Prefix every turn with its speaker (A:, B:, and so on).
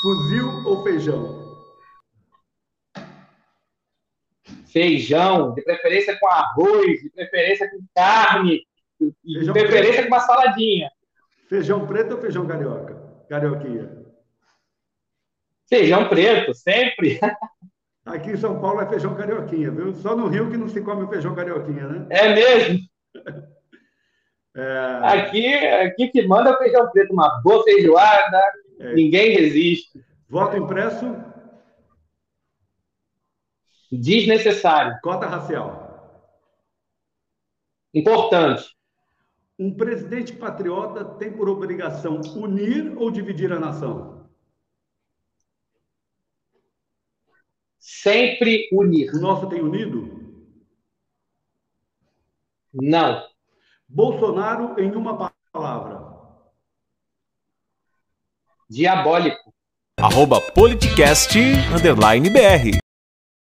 A: Fuzil ou feijão?
B: Feijão, de preferência com arroz, de preferência com carne, e de
A: Feijão
B: preferência com uma saladinha.
A: Feijão preto ou feijão carioca? Carioquinha.
B: Feijão preto, sempre.
A: Aqui em São Paulo é feijão carioquinha, viu? Só no Rio que não se come o feijão carioquinha, né?
B: É mesmo.
A: É,
B: Aqui, aqui que manda é o feijão preto, uma boa feijoada,
A: É.
B: ninguém resiste.
A: voto impresso,
B: Desnecessário,
A: cota racial.
B: importante.
A: Um presidente patriota tem por obrigação unir ou dividir a nação?
B: Sempre unir.
A: O nosso tem unido?
B: Não.
A: Bolsonaro em uma palavra.
B: Diabólico.
C: Arroba politicast underline BR.